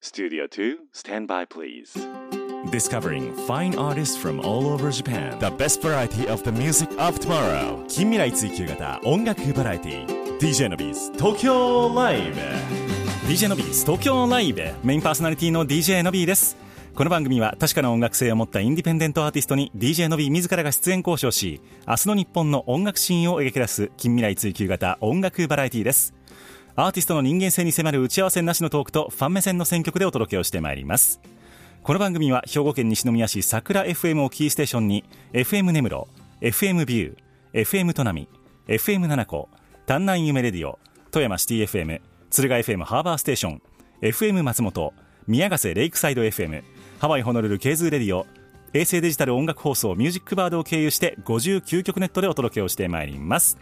Studio 2, stand by please. Discovering fine artists from all over Japan. The best variety of the music of tomorrow. 近未来追求型音楽バラエティ DJ のビーズ東京ライブ DJ のビーズ東京ライブメインパーソナリティの DJ のビーです。この番組は確かな音楽性を持ったインディペンデントアーティストに DJ のビー自らが出演交渉し、明日の日本の音楽シーンを描き出す近未来追求型音楽バラエティです。アーティストの人間性に迫る打ち合わせなしのトークとファン目線の選曲でお届けをしてまいります。この番組は兵庫県西宮市桜 FM をキーステーションに FM 根室 FM ビュー FM 砺波 FM 七子丹南夢レディオ富山シティ FM 鶴ヶ FM ハーバーステーション FM 松本宮ヶ瀬レイクサイド FM ハワイホノルルケーズーレディオ衛星デジタル音楽放送ミュージックバードを経由して59曲ネットでお届けをしてまいります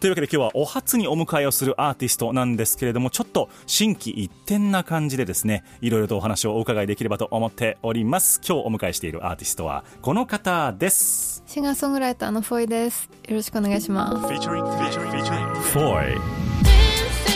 というわけで今日はお初にお迎えをするアーティストなんですけれどもちょっと新規一転な感じでですねいろいろとお話をお伺いできればと思っております今日お迎えしているアーティストはこの方ですシンガーソングライターのフォイです。よろしくお願いします。 Featuring, featuring, featuring. フォイ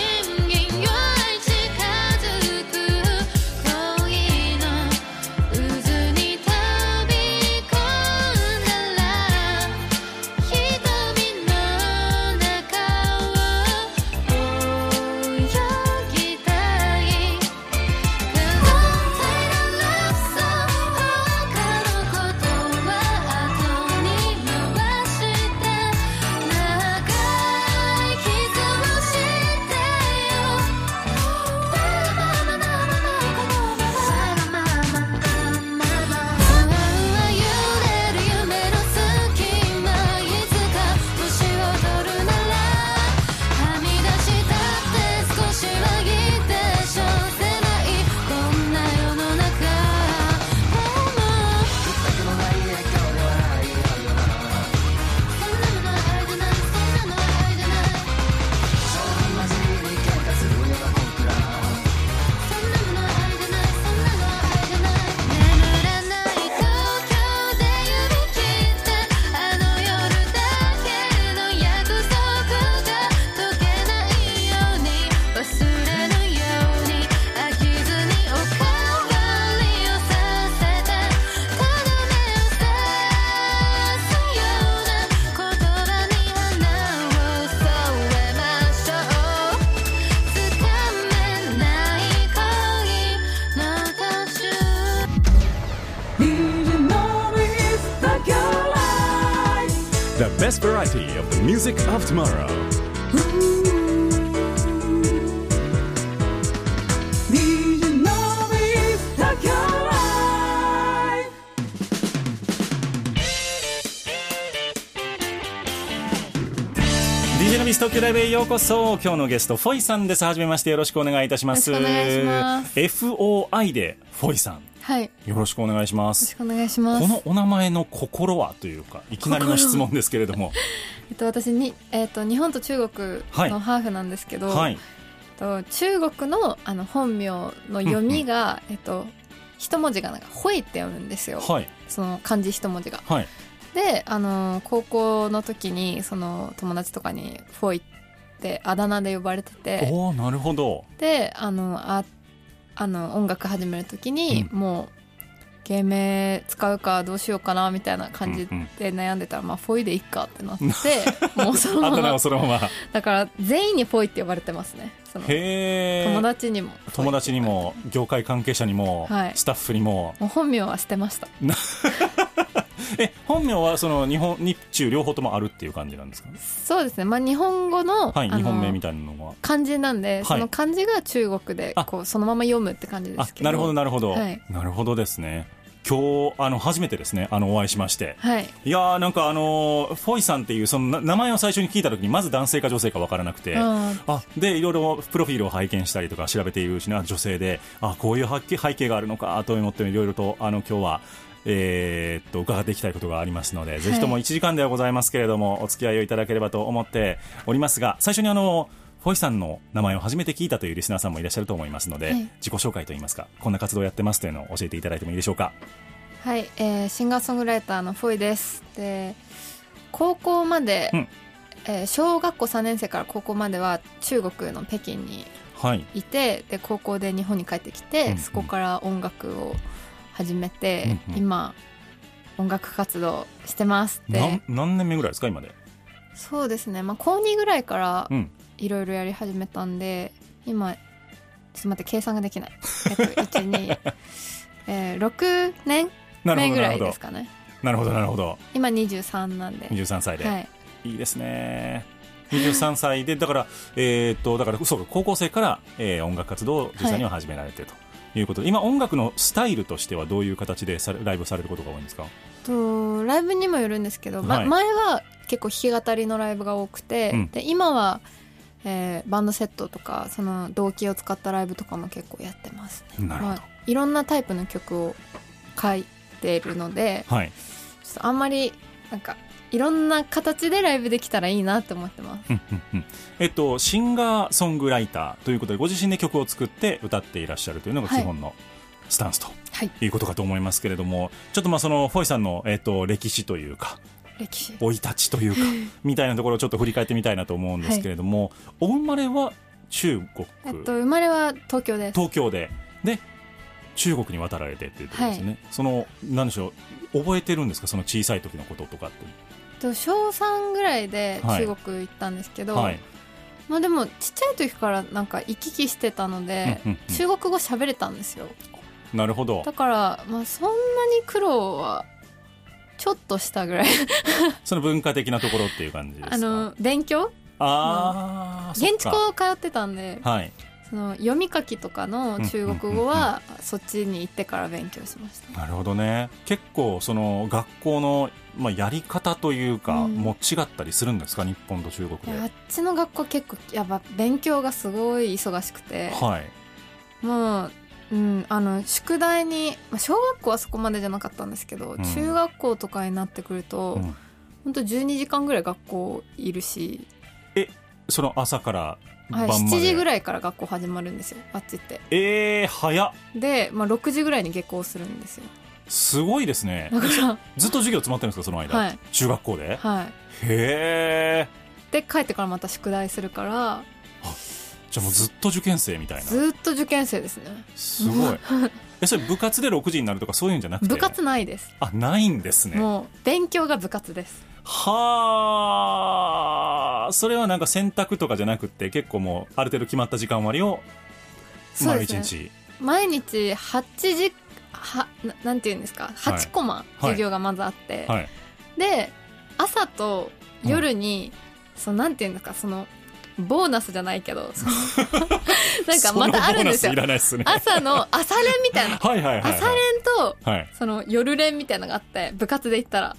「 The best variety of the music of tomorrow DJ のミス東京ライブへようこそ今日のゲストフォイさんですはじめましてよろしくお願いいたしますよろしくお願いします FOI でフォイさんはい。よよろしくお願いしまろすしくお願いします。このお名前の心はというかいきなりの質問ですけれどもえっと、私に、えっと、日本と中国はいのハーフなんですけど、はいえっと中国のあの本名の読みが、えっと、一文字がなんか、ホイって読むんですよ。はいその漢字一文字が。はいで、あの、高校の時に、その友達とかに、フォイってあだ名で呼ばれてて、おおなるほどであのああの音楽始める時に、もう芸名使うかどうしようかなみたいな感じうんうんで悩んでたら、まあフォイでいっかってなって もうそのあまとなまおそのまま だから全員にフォイって呼ばれてますねそのへえ友達にも友達にも業界関係者にも、はいスタッフにももう本名は捨てましたえ本名はその日本日中両方ともあるっていう感じなんですかそうですねまあ日本語の,、はいあの日本名みたいなのは漢字なんで、いその漢字が中国であこうそのまま読むって感じであすけどなるほどなるほど、はいなるほどですね今日あの初めてですねあのお会いしましてはいいやーなんかあのーフォイさんっていうそのな名前を最初に聞いた時にまず男性か女性か分からなくて、あーあでいろいろプロフィールを拝見したりとか調べているうちにあ女性であこういう背景背景があるのかと思っていろいろとあの今日は、えーっと伺っていきたいことがありますので、ぜひとも1時間ではございますけれどもお付き合いをいただければと思っておりますが最初にあのフォイさんの名前を初めて聞いたというリスナーさんもいらっしゃると思いますので、はい自己紹介といいますかこんな活動をやってますというのを教えていただいてもいいでしょうか。はい、えーシンガーソングライターのフォイです。で、高校まで、うんえー小学校3年生から高校までは中国の北京にはいいてで高校で日本に帰ってきて、うんそこから音楽を始めて、うんうん今音楽活動してますっなんて何年目ぐらいですか今でそうですね、まあ、高2ぐらいからうんいろいろやり始めたんで今ちょっと待って計算ができない、えっと、12えー、6年 なるほど目ぐならるほいでどすかねなるほどなるほど今23なんで、 23歳で、はい、いいですね。23歳で、だから、えーっと、だから、そうか、高校生から、えー音楽活動を実際には始められてということで、今、音楽のスタイルとしてはどういう形でされライブされることが多いんですかとライブにもよるんですけど、まはい前は結構弾き語りのライブが多くて、うんで今は、えーバンドセットとかその動機を使ったライブとかも結構やってますねなるほまあ、いろんなタイプの曲を書いているのでど。はい。ちょっとあんまりなんかいろんな形でライブできたらいいなって思ってますうんうんうんえっと、シンガーソングライターということで、ご自身で曲を作って歌っていらっしゃるというのが基本のスタンスと。はいい、うことかと思いますけれども、ちょっとまあその、フォイさんの、えっと、歴史というか、歴史生い立ちというかみたいなところをちょっと振り返ってみたいなと思うんですけれども、お生まれは中国、えっと生まれは東京です東京でで中国に渡られてっていうことですよね、そのなんでしょう覚えてるんですかその小さい時のこととかってえっと小3ぐらいではい中国行ったんですけど、はい、まあでもちっちゃい時からなんか行き来してたので、うんうんうん中国語喋れたんですよなるほどだから、まあ、そんなに苦労はちょっとしたぐらいその文化的なところっていう感じですかあの勉強あーそっか現地校通ってたんではいその読み書きとかの中国語はそっちに行ってから勉強しました、なるほどね結構その学校の、まあ、やり方というか、うんも違ったりするんですか日本と中国いでやあっちの学校結構やっぱ勉強がすごい忙しくてはいもう、うん、あの宿題に、まあ、小学校はそこまでじゃなかったんですけど、うん中学校とかになってくると、うんほんと12時間ぐらい学校いるし、その朝からは晩い、まで、 7時ぐらいらいから学校始まるんですよあっちってえー、早っで、まあ、6時ぐらいに下校するんですよすごいですねだからずっと授業詰まってるんですかその間、はい中学校ではいへえで帰ってからまた宿題するからじゃあもうずっと受験生みたいなずっと受験生ですねすごいえそれ部活で6時になるとかそういうんじゃなくて部活ないです、あないんですねもう勉強が部活ですはあそれはなんか選択とかじゃなくって結構もうある程度決まった時間割をそう丸です一ね日毎日8時はななんていうんですかい8コマ授業がまずあって、はいで朝と夜に、そのなんていうんですかそのボーナスじゃないけどその なんかまたあるんですよそのボーナスいらないですね朝の朝練みたいなはいはいはい、朝練はといはい、その夜練みたいなのがあって部活で行ったら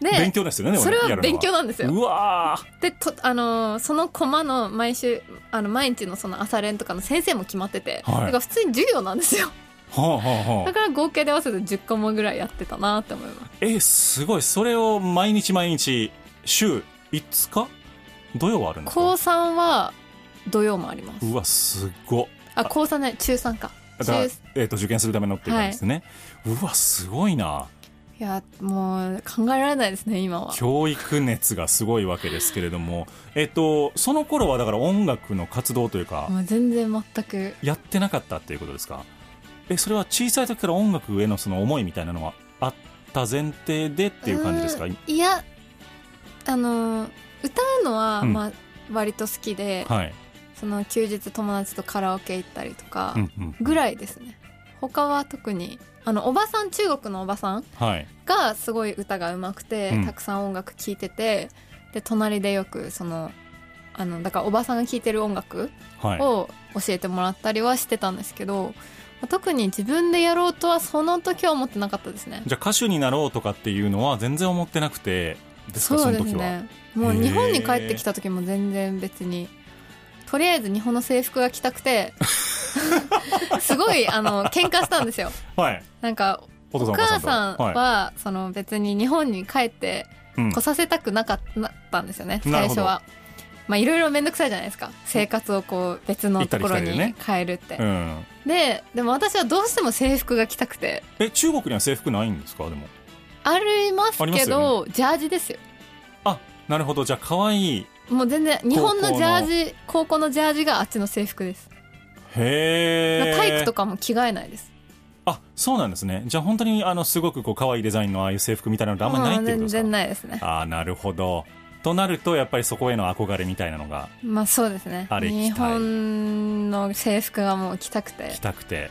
で勉強ですよねでもそねれやはるの勉強なんですようわーでと、あのーそのコマの毎週あの毎日のその朝練とかの先生も決まってて、はいだから普通に授業なんですよはあはあはあだから合計で合わせて10個もぐらいやってたなって思いますえすごいそれを毎日毎日週5日土曜はあるんです高か3は土曜もありますうわすごっあ高3ね中3かだ中から、え3ー、と受験するためのっていう感じですね、うわすごいないやもう考えられないですね今は教育熱がすごいわけですけれどもえっ、とその頃はだから音楽の活動というか、もう全然全くやってなかったっていうことですかえそれは小さい時から音楽へのその思いみたいなのはあった前提でっていう感じですかうーんいやあのー歌うのは、うんまあ、割と好きで、はい、その休日友達とカラオケ行ったりとかうんうん、ぐらいですね、他は特にあのおばさん中国のおばさんはいがすごい歌が上手くて、うんたくさん音楽聴いててで隣でよくそのあのだからおばさんが聴いてる音楽はいを教えてもらったりはしてたんですけど、まあ特に自分でやろうとはその時は思ってなかったですね。じゃあ歌手になろうとかっていうのは全然思ってなくてですかそそうでのす時はねもうへー日本に帰ってきた時も全然別にとりあえず日本の制服が着たく てすごいあの喧嘩したんですよはいなんかおお父母とさんは、その別に日本に帰っていうん来させたくなかったんですよね、なるほ最初どは。まあいろいろ面倒くさいじゃないですか生活をこう別のところ行ったり来たりでにね変えるって、うんででも私はどうしても制服が着たくてえ中国には制服ないんですかでもありますありまけすよどジャージですよあなるほどじゃあ可愛いもう全然日本の高校のジャージ高校のジャージがあっちの制服ですへえ体育とかも着替えないですあそうなんですねじゃあ本当にあのすごくこう可愛いデザインのああいう制服みたいなのってあんまりないっていうこともうですか全然ないですねああなるほどとなるとやっぱりそこへの憧れみたいなのがまあそうですねあれ着たい日本の制服がもう着たくて来たくて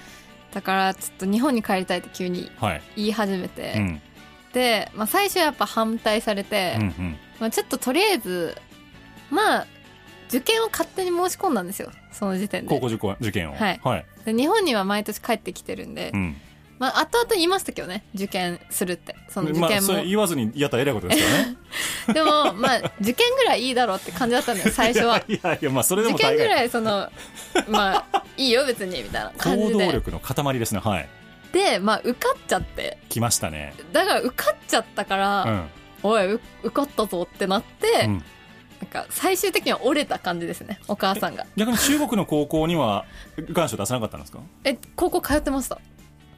だからちょっと日本に帰りたいって急にはい、言い始めうて、ん、で、まあ、最初やっぱ反対されて、うんうんまあ、ちょっととりあえずまあ受験を勝手に申し込んだんですよその時点高で校受験受験をはいはいで日本には毎年帰ってきてるんで、うん、まあ、後々言いましたけどね受験するってその受まあ験も、それ言わずにやったらえらいことですよねでもまあ受験ぐらいいいだろうって感じだったんだよ 最初は いやいやまあそれで受も験大ぐ概らいそのまあいいよ別にみたいな感行じ動で力の塊ですねはいでまあ受かっちゃって来ましたねだから受かっちゃったから、うんおいう受かったぞってなって、うんなんか最終的には折れた感じですねお母さんが逆に中国の高校には願書出さなかったんですかえ高校通ってました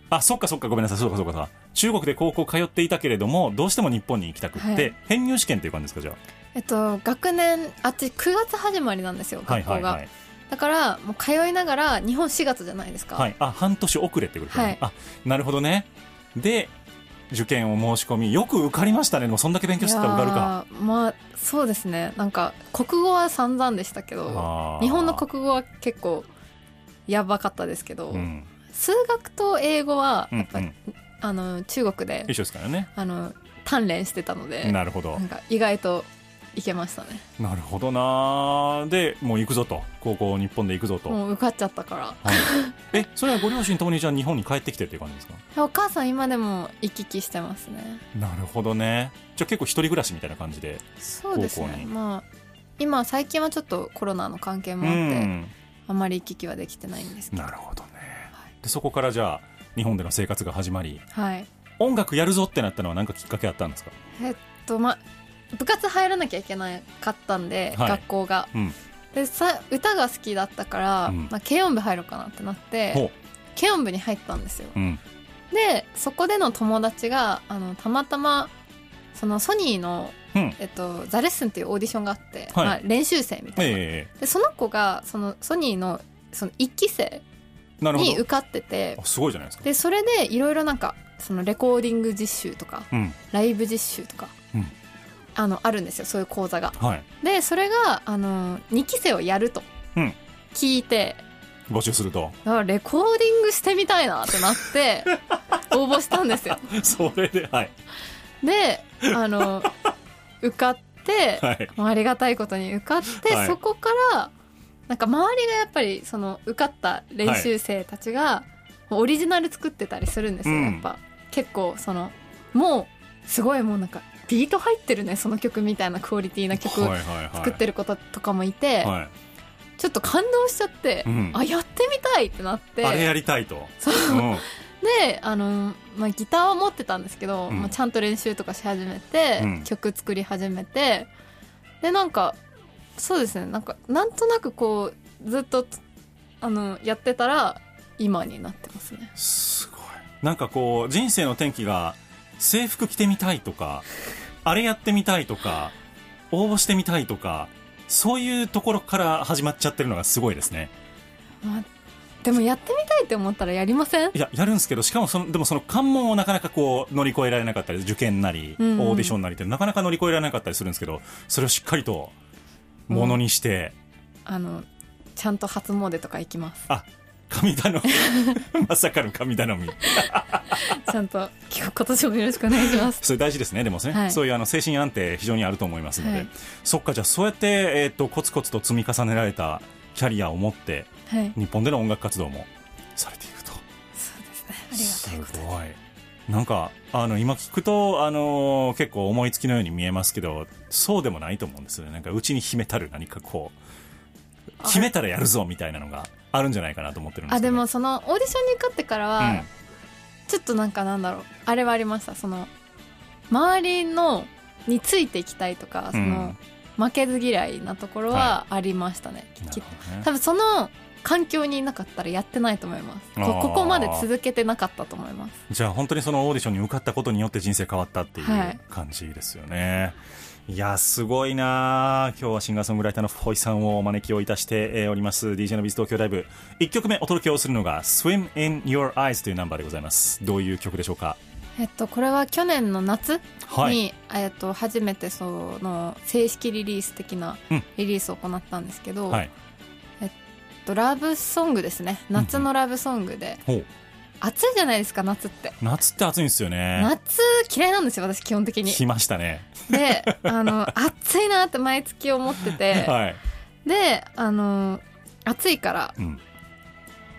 あそっかそっかごめんなさいそうかそうかそうか中国で高校通っていたけれどもどうしても日本に行きたくって、はい編入試験っていう感じですかじゃえっと学年あっち9月始まりなんですよあはい学校が、はいはいだからもう通いながら日本4月じゃないですか、はい、あ半年遅れってこと、ねはいあなるほどねで受験を申し込みよく受かりましたねでもそんだけ勉強してたら受かるかいやーまあそうですねなんか国語は散々でしたけどあー日本の国語は結構やばかったですけど、うん、数学と英語はうんやっぱり、うんあの中国で一緒ですからねあの鍛錬してたのでなるほどなんか意外といけましたねなるほどなでもう行くぞと高校日本で行くぞと、もう受かっちゃったからはい、えそれはご両親ともにじゃあ日本に帰ってきてっていう感じです かお母さん今でも行き来してますねなるほどねじゃあ結構一人暮らしみたいな感じでそうです高校にねまあ今最近はちょっとコロナの関係もあって、うんあまり行き来はできてないんですけどなるほどねでそこからじゃあ日本での生活が始まりはい音楽やるぞってなったのは何かきっかけあったんですかえっとまあ部活入らなきゃいけなかったんで、はい学校が、うんでさ歌が好きだったから、うんまあ、軽音部入ろうかなってなってほ軽音部に入ったんですよう、うん、でそこでの友達があのたまたまそのソニーの、うんえっと、ザ・レッスンっていうオーディションがあって、はいまあ、練習生みたいな、えでその子がそのソニーのその1期生えなるほにど受かっててあすごいじゃないですかでそれでいろいろなんかそのレコーディング実習とかうんライブ実習とか、うんあのあるんですよそういう講座がはいでそれがあの2期生をやるとうん聞いて、募集するとあレコーディングしてみたいなってなって 応募したんですよそれではいであの受かって、はいもうありがたいことに受かって、はいそこからなんか周りがやっぱりその受かった練習生たちがオリジナル作ってたりするんですよ、うんやっぱ結構そのもうすごいもうなんかビート入ってるねその曲みたいなクオリティな曲はいはいはい作ってることとかもいて、はいちょっと感動しちゃって、うんあやってみたいってなってあれやりたいとそううんであの、まあ、ギターは持ってたんですけど、うんまあ、ちゃんと練習とかし始めて、うん曲作り始めてでなんかそうですねなんかなんとなくこうずっとあのやってたら今になってますねすごいなんかこう人生の転機が制服着てみたいとかあれやってみたいとか応募してみたいとかそういうところから始まっちゃってるのがすごいですねまあでもやってみたいって思ったらやりませいんややるんですけどしかもそのでもその関門をなかなかこう乗り越えられなかったり受験なり、うんうんオーディションなりってなかなか乗り越えられなかったりするんですけどそれをしっかりとものにして、あのちゃんと初詣とか行きますあ神頼 みまさかの神頼みちゃんと今日今年もよろしくお願いしますそれ大事ですね、でもね、はいそういうあの精神安定、非常にあると思いますので、はいそっか、じゃあ、そうやって、えー、とコツコツと積み重ねられたキャリアを持って、はい日本での音楽活動もされていくと、そうですねありがたいことすごい、なんか、あの今聞くと、あのー結構思いつきのように見えますけど、そうでもないと思うんですよね、なんか、うちに秘めたる何かこう、あ秘めたらやるぞみたいなのがあるんじゃないかなと思ってるんですあけど、でも、そのオーディションに受かってからうは、ん、ちょっとなんかなんだろうあれはありましたその周りのについていきたいとかその、負けず嫌いなところはありましたね、うんなきるほどね多分その環境にいなかったらやってないと思いますあーこここまで続けてなかったと思いますじゃあ本当にそのオーディションに受かったことによって人生変わったっていうはい感じですよね。い、いやすごいなあ今日はシンガーソングライターのフォイさんをお招きをいたしてえーおります DJ のビズ東京ライブ1曲目お届けをするのが「Swim in Your Eyes」というナンバーでございますどういう曲でしょうかえっと、これは去年の夏に、はいえっと、初めてその正式リリース的なうんリリースを行ったんですけど、はいえっと、ラブソングですね夏のラブソングで、ほう暑いじゃないですか夏って夏って暑いんですよね夏嫌いなんですよ私基本的に来ましたねであの暑いなって毎月思ってて、 はい、であの暑いからうん、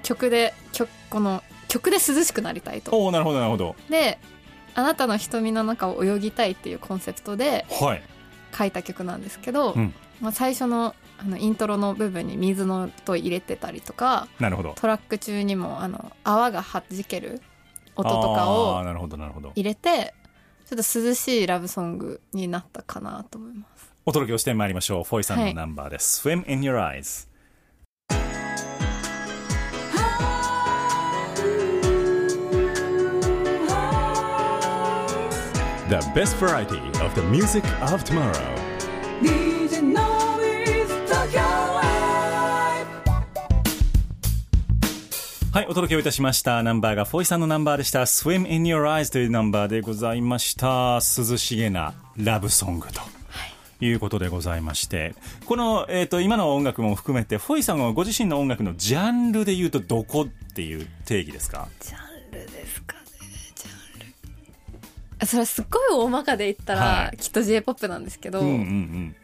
曲で曲この曲で涼しくなりたいとおおなるほどなるほどであなたの瞳の中を泳ぎたいっていうコンセプトではい書いた曲なんですけど、うんまあ、最初のあのイントロの部分に水の音入れてたりとかなるほどトラック中にもあの泡がはじける音とかああーをなるほどなるほど入れてちょっと涼しいラブソングになったかなと思います。お届けをしてまいりましょうフォイさんはのいナンバーです「Swim in Your Eyes」The best variety of the music of tomorrow. DJ Nobis Tokyo Live はい、お届けをいたしました。ナンバーがフォイさんのナンバーでした。Swim in Your Eyes というナンバーでございました。涼しげなラブソングと。いうことでございましてこの、えー、と今の音楽も含めてフォイさんはご自身の音楽のジャンルで言うとどこっていう定義ですかジャンルですかねジャンルあそれはすっごい大まかで言ったら、はいきっと j p o p なんですけど、うんうんうん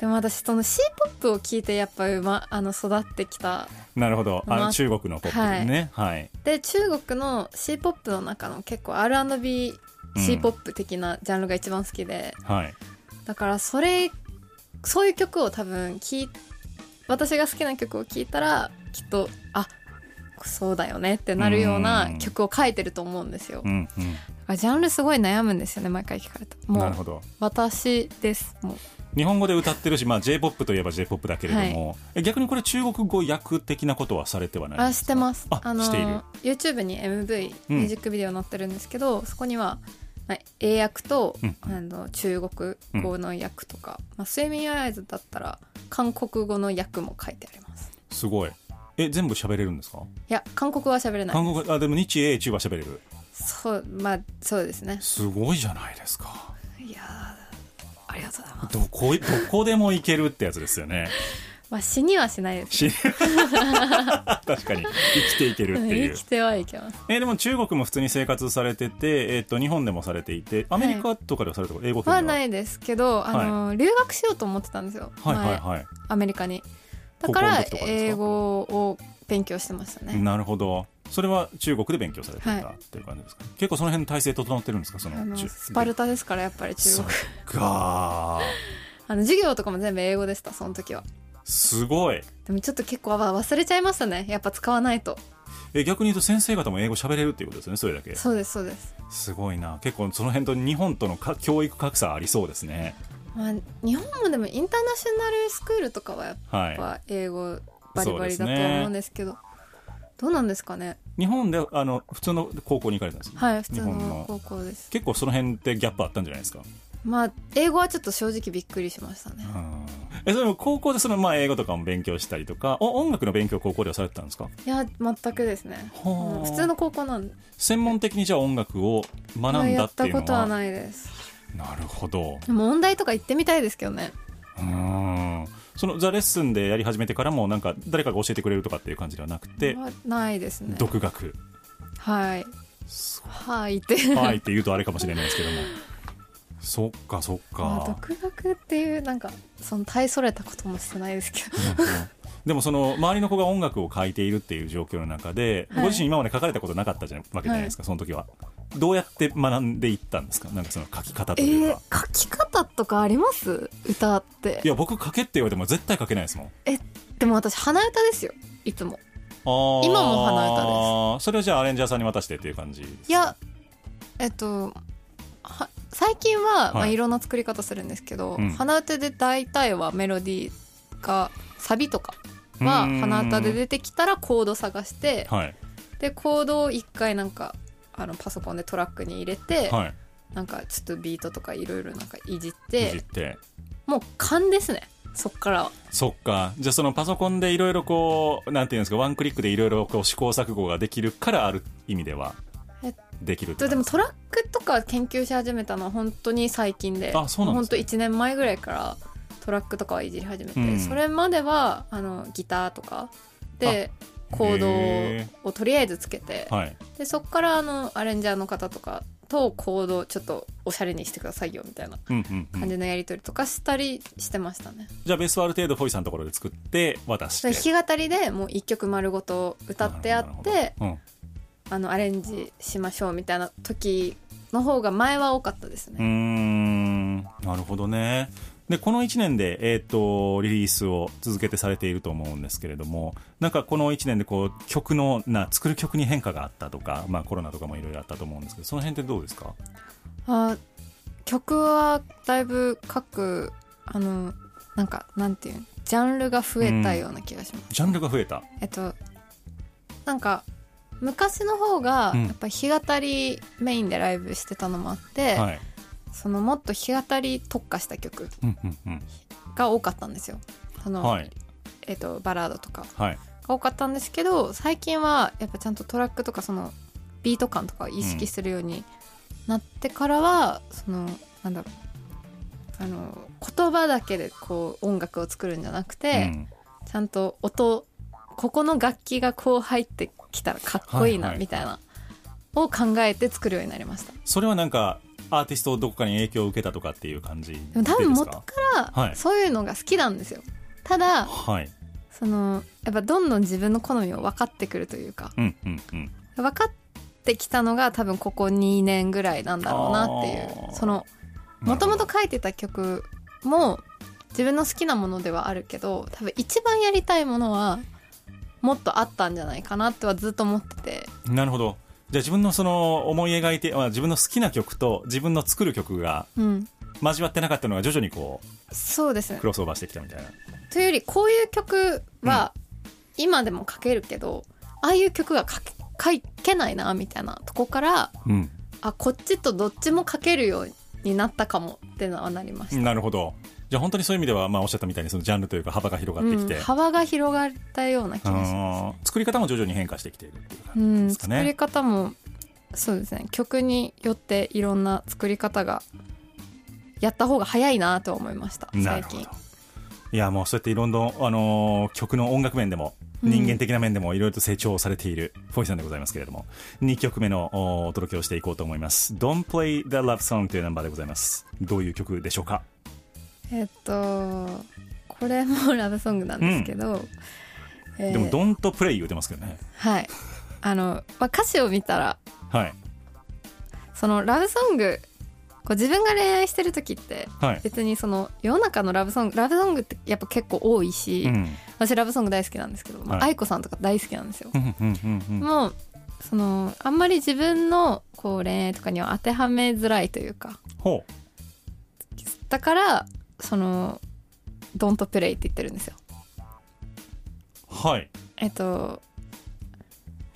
でも私その c p o p を聞いてやっぱうまあの育ってきたなるほどあまあ中国のポップねはい、で中国の c p o p の中の結構 R&B うん c p o p 的なジャンルが一番好きで、はい、だからそれそういう曲を多分聞い私が好きな曲を聴いたらきっとあそうだよねってなるよううなん曲を書いてると思うんですよ、うんうんだからジャンルすごい悩むんですよね毎回聞かれたもなるほうど私ですもう日本語で歌ってるし、まあ、j p o p といえば j p o p だけれども、え逆にこれ中国語訳的なことはされてはないあでしすてかますあのしている YouTube に MV うんミュージックビデオ載ってるんですけど、そこには、まあ、英訳と、うんあの中国語の訳とか、まあ、スイミングアイズだったら韓国語の訳も書いてありますすごいえ全部喋れるんですかいや韓国語は喋れない韓国あでも日英中は喋れるそうまあそうですねすごいじゃないですかいやーありがとうございますどこどこでも行けるってやつですよねまあ死にはしないです し確かに生きていけるってい生うきてはいけますえでも中国も普通に生活されてて、えっと日本でもされていてアメリカとかではされたこと、英語圏はではないですけどあの、留学しようと思ってたんですよ、はいはい前はい、アメリカにだから高校の時とかですか英語を勉強してましたね、なるほどそれは中国で勉強されてた、はいっていう感じですか結構その辺の体制整ってるんですかそのあの中スパルタですからやっぱり中そっ国かあの授業とかも全部英語でしたその時はーすごいでもちょっと結構わ忘れちゃいましたねやっぱ使わないとえ逆に言うと先生方も英語喋れるっていうことですよねそれだけそうですそうです、すごいな結構その辺と日本とのか教育格差ありそうですねまあ、日本もでもインターナショナルスクールとかはやっはいぱ英語バリバリだとそうですね思うんですけどどうなんですかね日本であの普通の高校に行かれたんですかはい普通日本のの高校です結構その辺ってギャップあったんじゃないですかまあ英語はちょっと正直びっくりしましたねうんえそれも高校でそのまあ英語とかも勉強したりとかお音楽の勉強を高校ではされてたんですかいや全くですねほううん普通の高校なんで専門的にじゃあ音楽を学んだやっっていたうのはことはないですなるほどでも音大とか行ってみたいですけどねうんそのザ・レッスンでやり始めてからもなんか誰かが教えてくれるとかっていう感じではなくて、はないですね独学はいすはいってごいはいって言うとあれかもしれないですけどもそっかそっ まかあ、独学っていうなんかその大それたこともしてないですけどでもその周りの子が音楽を書いているっていう状況の中で、はいご自身今まで書かれたことなかったじゃんわけじゃないですか、その時はどうやって学んでいったんですかなん かその書き方とえいうーか、、書き方とかあります歌っていや僕書けって言われても絶対書けないですもんでも私鼻歌ですよいつもあー今も鼻歌それをじゃあアレンジャーさんに渡してっていう感じいやえっとは最近は、はまあ、いいろんな作り方するんですけど、うん鼻歌で大体はメロディーかサビとかはうーん鼻歌で出てきたらコード探してはいでコードを一回なんかあのパソコンでトラックに入れて、はいなんかちょっとビートとかいろいろなんかいじいっじっててもう勘ですねそっからはそっかじゃあそのパソコンでいろいろこうなんていうんですかワンクリックでいろいろこう試行錯誤ができるからある意味ではえっできるってとことでもトラックとか研究し始めたのは本当に最近であそうなんで本すか当1年前ぐらいからトラックとかはいじり始めて、うんそれまではあのギターとかでコーへドをとりあえずつけてはいでそこからあのアレンジャーの方とかとコードをちょっとおしゃれにしてくださいよみたいなうんうんうん感じのやり取りとかしたりしてましたね。じゃあベースはある程度フォイさんのところで作って渡しそれて弾き語りでもう一曲丸ごと歌ってあっなるてほどなるほあのアレンジしましょうみたいな時の方が前は多かったですどうね。んうーんなるほどねでこの1年で、えー、とリリースを続けてされていると思うんですけれどもなんかこの1年でこう曲のな作る曲に変化があったとか、まあ、コロナとかもいろいろあったと思うんですけどその辺ってどうですかあ曲はだいぶ各あのなんかなんていうのジャンルが増えたような気がします。ジャンルが増えたえっとなんか昔の方がうんやっぱ弾き語りメインでライブしてたのもあって、はい、そのもっと弾き語り特化した曲うんうんうんが多かったんですよその、はいえっとバラードとかはいが多かったんですけど最近はやっぱちゃんとトラックとかそのビート感とかを意識するようになってからは、そのなんだろうあの言葉だけでこう音楽を作るんじゃなくて、うんちゃんと音ここの楽器がこう入ってきたらかっこいはいいなはいみたいな、を考えて作るようになりましたそれはなんかアーティストどこかに影響を受けたとかっていう感じででも多分です元かからはいそういうのが好きなんですよ、ただはいそのやっぱどんどん自分の好みを分かってくるというかうんうんうん分かってきたのが多分ここ2年ぐらいなんだろうなっていあーうそのもともと書いてた曲も自分の好きなものではあるけど多分一番やりたいものはもっとあったんじゃないかなとはずっと思っててなるほどじゃあ自分のその思い描いて、まあ、自分の好きな曲と自分の作る曲がうん、交わってなかったのが徐々にこうそうですねク。ロスオーバーしてきたみたいなというよりこういう曲は今でも書けるけど、ああいう曲が書け書けないなみたいなとこからうんあこっちとどっちも書けるようになったかもってのはなりました。なるほどじゃあ本当にそういう意味では、まあ、おっしゃったみたいにそのジャンルというか幅が広がってきて、うん、幅が広がったような気あがしまのー作り方も徐々に変化してきているっていうす。う感じでん、すか作ね、り方もそうですね曲によっていろんな作り方がやった方が早いなとは思いましたな最るほど近。いやもうそうやっていろんな、あのー曲の音楽面でもうん人間的な面でもいろいろと成長されているフォイさんでございますけれども2曲目のおお届けをしていこうと思います「Don't Play the Love Song」というナンバーでございますどういう曲でしょうかえっとこれもラブソングなんですけど、えーでも「Don't Play」言うてますけどねはい。あの、まあ、歌詞を見たら、はいそのラブソング、こう自分が恋愛してる時って、はい別にその世の中のラブソング、ラブソングってやっぱ結構多いし、うん私ラブソング大好きなんですけど、まあ、はい愛子さんとか大好きなんですよう。んうんうんうんもう、その、あんまり自分のこう恋愛とかには当てはめづらいというか、ほうだから、その、ドントプレイって言ってるんですよ。はいえっと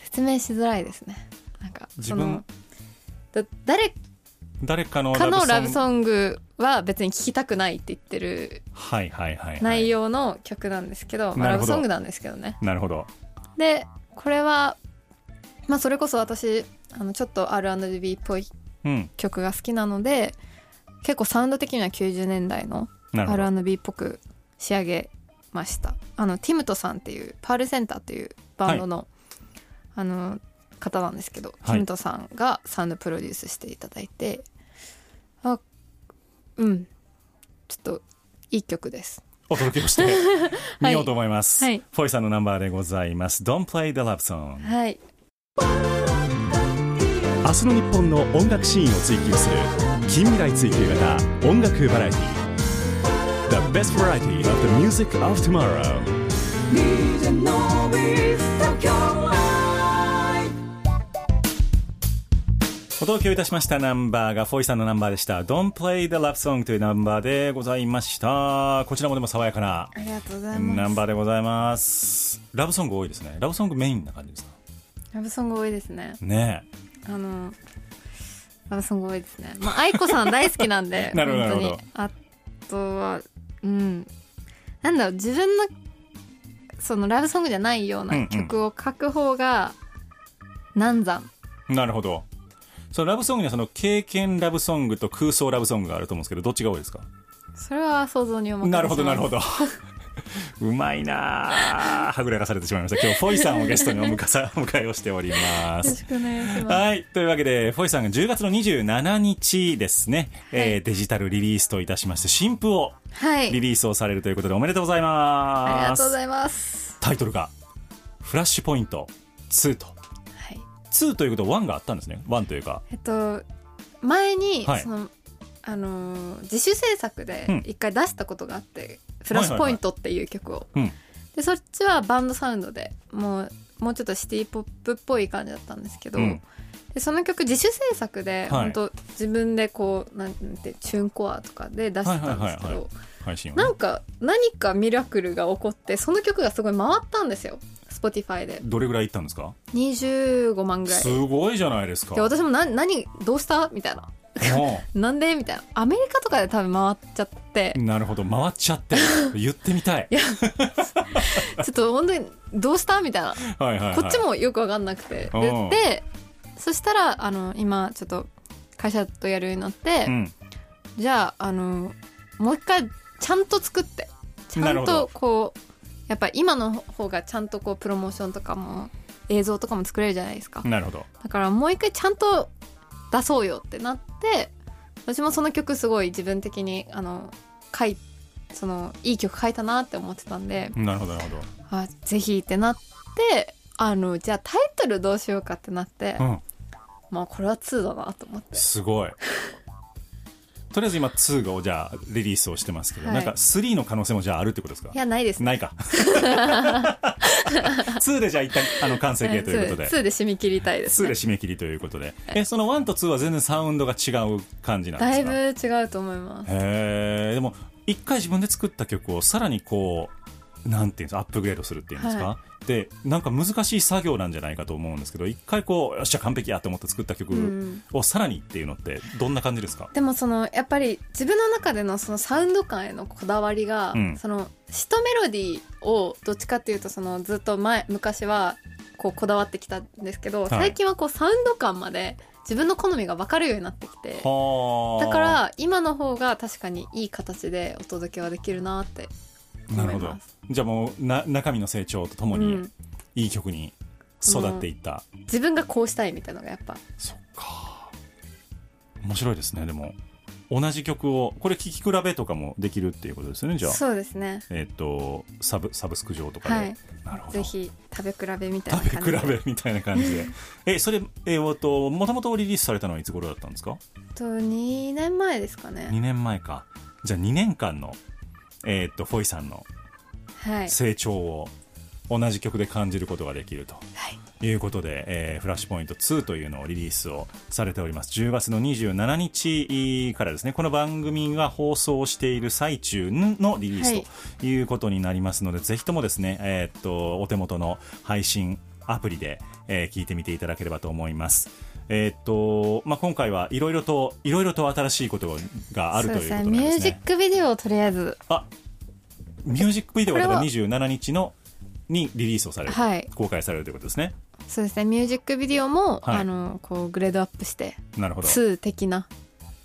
説明しづらいですねなんか自分そのだ誰誰かのかのラブングソングは別に聴きたくないって言ってるはいはいはい、はい、内容の曲なんですけど、まあなるラほブどソングなんですけどねなるほどでこれは、まあ、それこそ私あのちょっと R&B っぽいうん曲が好きなので結構サウンド的には90年代のなるほど R&B っぽく仕上げましたあのティムトさんっていうパールセンターっていうバンドの、あの方なんですけど、はいティムトさんがサウンドプロデュースしていただいてあうんちょっといい曲ですお届けを してみようと思います、はいフォイさんのナンバーでございます「Don't Play the Love Song」はい明日の日本の音楽シーンを追求する近未来追求型音楽バラエティ The best variety of the music of tomorrow DJ Nobis Tokyo Live お届けをいたしましたナンバーがフォイさんのナンバーでした「Don't Play the Love Song」というナンバーでございましたこちらもでも爽やかなありがとうございますナンバーでございますラブソング多いですねラブソングメインな感じですかラブソング多いですねね、あのあすごいですね。まあ、愛子さん大好きなん でなるほど本当になるほあとは、うん。なんだろう、自分の、そのラブソングじゃないよううんうなん曲を書く方が、難産。なるほどそのラブソングにはその経験ラブソングと空想ラブソングがあると思うんですけどどっちが多いですかそれは想像にお任せします。なるほどなるほど。ど うまいなあはぐらかされてしまいました今日フォイさんをゲストにお迎えさお迎えをしておりまよろ すしくお願いします。はい。というわけで、フォイさんが10月の27日ですね、えーデジタルリリースといたしまして、新譜をはリい。リースをされるということで、おめでとうございます。ありがとうございます。タイトルが、フラッシュポイント2と。はい。 2ということは1があったんですね。1というか。えっと、前に、はいその、あのー自主制作でうん一回出したことがあって、フラッシュポイントっていう曲を。うん。でそっちはバンドサウンドでもうもうちょっとシティポップっぽい感じだったんですけど、うんでその曲自主制作で、はい本当自分でこうなんてチューンコアとかで出してたんですけど、はいはいはいは配信をねなんか何かミラクルが起こってその曲がすごい回ったんですよ Spotify でどれぐらいいったんですか25万ぐらいすごいじゃないですか。で私もな何どうしたみたいなうなんでみたいなアメリカとかで多分回っちゃって、んなるほど。回っちゃ って。言ってみたい。ちょっと本当にどうしたみたいなはいはい、はい。こっち。もよく分かんなくて、でうんでそしたらあの今ちょっと会社とやるようになって、うん。じゃああのもう一回ちゃんと作ってちなゃるほんどとこうやっぱ今の方がちゃんとこうプロモーションとかも映像とかも作れるじゃないですか、なるほど。だからもう一回ちゃんと出そうよってなって私もその曲すごい自分的にあの書いそのいい曲書いたなって思ってたんで、なるほど、なるほあぜひってなってあのじゃあタイトルどうしようかってなって、ど。うん。まあこれは2だなと思ってすごい。とりあえず今2をじゃあリリースをしてますけど、はいなんか3の可能性もじゃああるってことですかいやないですねないか。2でじゃあ一旦あの完成形ということで。 2で締め切りたいです、 2でね、締め切りということで。え、その1と2は全然サウンドが違う感じなんですだいかぶへ違うと思いますえでも、一回自分で作った曲をさらにこう、なんていうんですか、アップグレードするっていうんですか、はで、なんか難しい作業なんじゃないかと思うんですけど、一回こう、よっしゃ、完璧やと思って作った曲うんをさらにっていうのって、どんな感じですかでもそのやっぱり自分の中でのそのサウンド感へのこだわりが、うんその詞とメロディーをどっちかっていうとそのずっと前昔はこうこだわってきたんですけど、い最近はこうサウンド感まで自分の好みが分かるようになってきて、はあだから今の方が確かにいい形でお届けはできるなってなる思いほどます。じゃあもうな中身の成長とともうにん、いい曲に育っていった、自分がこうしたいみたいなのがやっぱそっか面白いですねでも同じ曲をこれ聴き比べとかもできるっていうことですよねじゃあそうですねえっ、とサブサブスク上とかで、はいなるほぜどひ食べ比べみたいな感食じべで比べみたいな感じでえそれえー、ともともとリリースされたのはいつ頃だったんですかと2年前ですか2ね年前かじゃあ2年間のえっ、とフォイさんのはい、成長を同じ曲で感じることができるとはい、ということで、えーフラッシュポイント2というのをリリースをされております10月の27日からですねこの番組が放送している最中のリリーはスいということになりますので、ぜひともですね、えーっとお手元の配信アプリで、えー聞いてみていただければと思います。えーっとまあ、今回はいろいろといろいろと新しいことがあるということなんですね。ミュージックビデオをとりあえずあミュージックビデオがだからこれ27日のにリリースをされる、はい公開されるということですね。そうですねミュージックビデオも、はいあのこうグレードアップしてなるほど2的な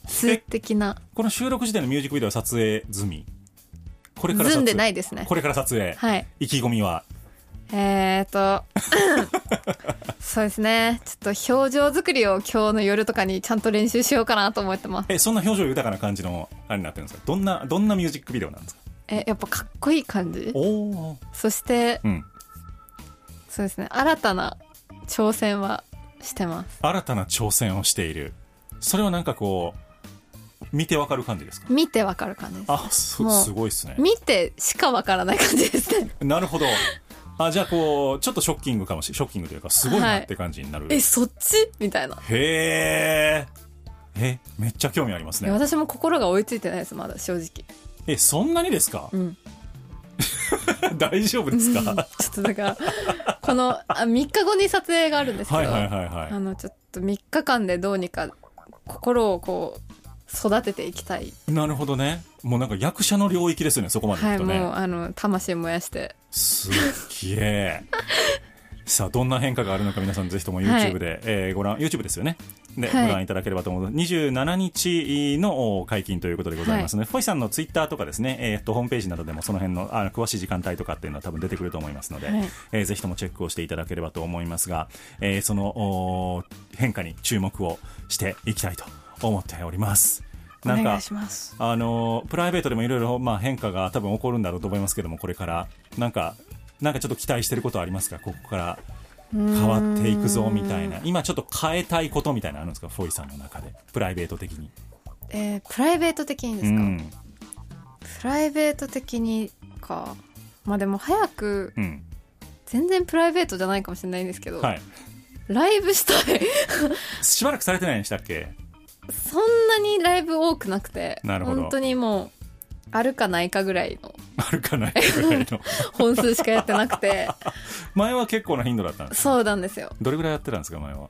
2的なこの収録時点のミュージックビデオは撮影済みこれから撮ず影んでないですねこれから撮影、はい意気込みはえー、っ とそうですねちょっと表情作りを今日の夜とかにちゃんと練習しようかなと思ってますえそんな表情豊かな感じのあれになってるんですかどんなどんなミュージックビデオなんですかえやっぱかっこいい感じおおそしてー、うん、そうですね新たな挑戦はしてます新たな挑戦をしているそれはなんかこう見てわかる感じですか見てわかる感じですあすもうすごいですね見てしかわからない感じですねなるほどあじゃあこうちょっとショッキングかもしれショッキングというかすごいなって感じになる、えそっちみたいな、へーえめっちゃ興味ありますいやね私も心が追いついてないですまだ正直えそんなにですか うん大丈夫ですうんちょかっとだから このあ3日後に撮影があるんですけど、はいはいはいはいあのちょっと3日間でどうにか心をこう育てていきたい、なるほどねもうなんか役者の領域ですよねそこまでは行いくとね、もうあの魂燃やしてすっげえ さあどんな変化があるのか皆さんぜひともはい YouTube で、えーご覧 YouTube ですよねで、はいご覧いただければと思う27日のお解禁ということでございますので、フォイさんの Twitter とかですね、えー、とホームページなどでもその辺のあ詳しい時間帯とかっていうのは多分出てくると思いますので、はいえーぜひともチェックをしていただければと思いますが、えーそのお変化に注目をしていきたいと思っております。おなん願かいしますあのプライベートでもいろいろまあ変化が多分起こるんだろうと思いますけどもこれからなんかなんかちょっと期待してることありますかここから変わっていくぞみたいな今ちょっと変えたいことみたいなのあるんですかフォイさんの中でプライベート的にえープライベート的にですか、うんプライベート的にかまあでも早くうん全然プライベートじゃないかもしれないんですけど、はいライブしたい しばらくされてないんでしたっけ そんなにライブ多くなくてなるほど本当にもうあるかないかぐらいのあるかないかぐらい の本数しかやってなくて 前は結構な頻度だったんですそうなんですよどれぐらいやってたんですか前は